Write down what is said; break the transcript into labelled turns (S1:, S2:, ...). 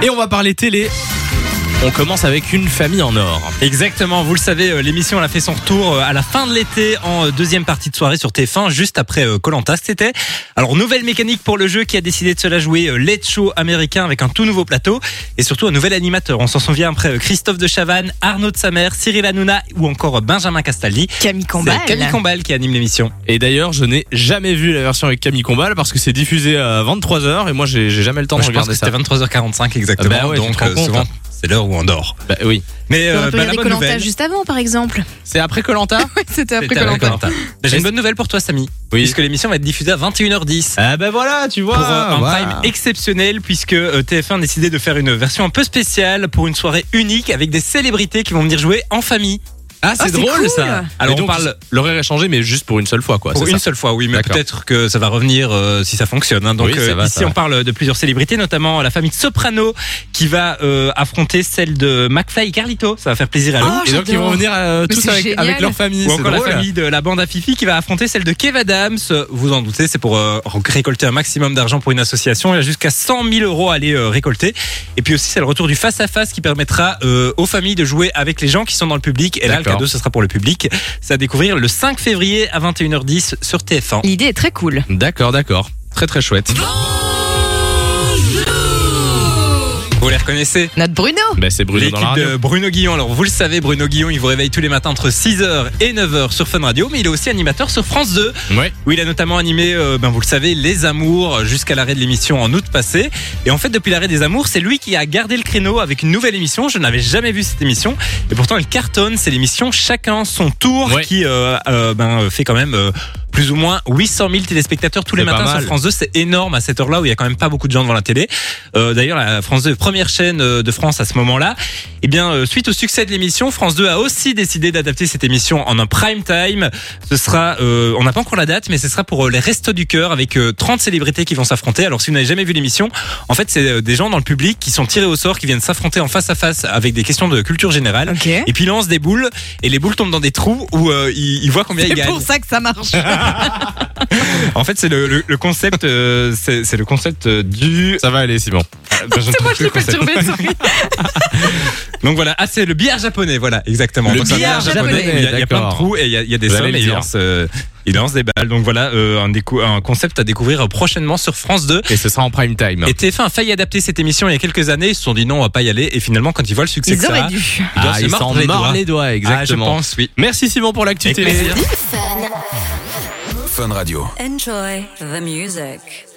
S1: Et on va parler télé. On commence avec une famille en or.
S2: Exactement, vous le savez, euh, l'émission elle a fait son retour euh, à la fin de l'été en euh, deuxième partie de soirée sur TF1, juste après euh, Colanta, c'était. Alors nouvelle mécanique pour le jeu qui a décidé de se la jouer euh, Let's Show américain avec un tout nouveau plateau et surtout un nouvel animateur. On s'en souvient après euh, Christophe de Chavannes, Arnaud de Samer, Cyril Hanouna ou encore euh, Benjamin Castaldi.
S3: Camille Combal.
S2: C'est Camille Combal qui anime l'émission.
S1: Et d'ailleurs, je n'ai jamais vu la version avec Camille Combal parce que c'est diffusé à 23h et moi j'ai j'ai jamais le temps
S2: Moi,
S1: de
S2: je pense que
S1: regarder
S2: c'était
S1: ça.
S2: 23h45 exactement,
S1: Ah bah ouais, tu
S2: donc
S1: te rends
S2: euh,
S1: compte,
S2: souvent
S1: hein.
S2: c'est l'heure où on dort.
S1: Bah oui.
S2: Mais euh,
S3: on peut
S2: bah, la
S3: regarder
S2: bonne
S3: Colanta
S2: nouvelle,
S3: juste avant, par exemple.
S1: C'est après Colanta
S3: C'était après
S2: c'était avec Koh-Lanta.
S3: Colanta.
S2: J'ai une bonne nouvelle pour toi Samy,
S1: Oui.
S2: puisque l'émission va être diffusée à 21h10.
S1: Ah bah voilà, tu vois.
S2: pour euh, un
S1: voilà.
S2: prime exceptionnel puisque euh, TF1 a décidé de faire une version un peu spéciale pour une soirée unique avec des célébrités qui vont venir jouer en famille.
S1: Ah, c'est
S3: Oh, c'est
S1: drôle
S3: cool.
S1: ça.
S2: Alors,
S1: Et donc,
S2: on parle-
S1: L'horaire est changé, mais juste pour une seule fois quoi.
S2: Pour
S1: Ah, c'est
S2: une
S1: ça
S2: seule fois, oui, mais
S1: D'accord.
S2: peut-être que ça va revenir euh, si ça fonctionne. hein. Donc
S1: Oui, ça
S2: euh,
S1: va,
S2: ici,
S1: ça
S2: on
S1: va.
S2: parle de plusieurs célébrités, notamment la famille Soprano qui va euh, affronter celle de McFly et Carlito. Ça va faire plaisir à
S3: Oh,
S2: eux.
S1: Et donc ils vont
S3: j'adore.
S1: venir euh, tous
S3: c'est
S1: avec,
S3: génial.
S1: avec leur famille.
S2: Ou
S1: c'est
S2: encore
S1: drôle.
S2: la famille de la bande à Fifi qui va affronter celle de Kev Adams. Vous en doutez, c'est pour euh, récolter un maximum d'argent pour une association. Il y a jusqu'à 100 000 euros à aller euh, récolter. Et puis aussi, c'est le retour du face-à-face qui permettra euh, aux familles de jouer avec les gens qui sont dans le public. Et là, le
S1: D'accord.
S2: cadeau, ce sera pour le public. C'est à découvrir le 5 février à 21h10 sur TF1.
S3: L'idée est très cool.
S1: D'accord, d'accord. Très très chouette.
S2: Vous les reconnaissez
S3: Notre Bruno.
S1: Bah c'est Bruno dans la
S2: L'équipe
S1: radio.
S2: de Bruno Guillon. Alors, vous le savez, Bruno Guillon, il vous réveille tous les matins entre 6h et 9h sur Fun Radio, mais il est aussi animateur sur France 2.
S1: Ouais.
S2: où il a notamment animé, euh, ben vous le savez, Les Amours jusqu'à l'arrêt de l'émission en août passé. Et en fait, depuis l'arrêt des Amours, c'est lui qui a gardé le créneau avec une nouvelle émission. Je n'avais jamais vu cette émission. Et pourtant, elle cartonne. C'est l'émission Chacun son tour
S1: Ouais.
S2: qui euh, euh, ben, fait quand même. euh, plus ou moins 800 000 téléspectateurs tous les
S1: C'est pas
S2: matins sur
S1: mal.
S2: France 2, c'est énorme à cette heure-là où il y a quand même pas beaucoup de gens devant la télé. Euh, D'ailleurs, la France 2, première chaîne euh, de France à ce moment-là. Eh bien, euh, suite au succès de l'émission, France 2 a aussi décidé d'adapter cette émission en un prime time. Ce sera, euh, on n'a pas encore la date, mais ce sera pour euh, les Restos du Cœur avec euh, 30 célébrités qui vont s'affronter. Alors, si vous n'avez jamais vu l'émission, en fait, c'est euh, des gens dans le public qui sont tirés au sort, qui viennent s'affronter en face à face avec des questions de culture générale.
S3: Ok.
S2: Et puis, ils lancent des boules et les boules tombent dans des trous où euh, ils, ils voient combien ils
S3: C'est
S2: gagnent.
S3: pour ça que ça marche.
S2: En fait, c'est le, le- le concept, euh, c'est c'est le concept euh, du.
S1: Ça va aller, Simon. Bah,
S2: Ben, je ne trouve
S3: Moi,
S2: plus
S3: je
S2: le
S3: l'ai
S2: concept.
S3: perturbé. sorry.
S2: Donc voilà, ah, c'est le billard japonais, voilà, exactement.
S1: Le
S2: Donc, c'est un
S3: billard japonais,
S2: où Il y, a- il y a plein de
S1: d'accord.
S2: trous et il y a, il y a des
S1: Vous allez
S2: sommes
S1: le
S2: et il
S1: dire.
S2: lance, euh, il lance des balles. Donc voilà, euh, un, décou- un concept à découvrir prochainement sur France 2.
S1: Et ce sera en prime time.
S2: Et TF1 a failli adapter cette émission il y a quelques années. Ils se sont dit non, on va pas y aller. Et finalement, quand ils voient le succès que
S3: Ils
S2: ça a,
S3: auraient dû.
S2: ils doivent
S1: Ah,
S2: se
S1: il
S2: mordre
S1: s'en
S2: les
S1: mord
S2: doigts.
S1: les doigts,
S2: Ah, je
S1: exactement.
S2: pense, oui.
S1: Merci Simon pour l'actu
S2: Avec
S1: télé.
S2: plaisir.
S4: Enjoy the music.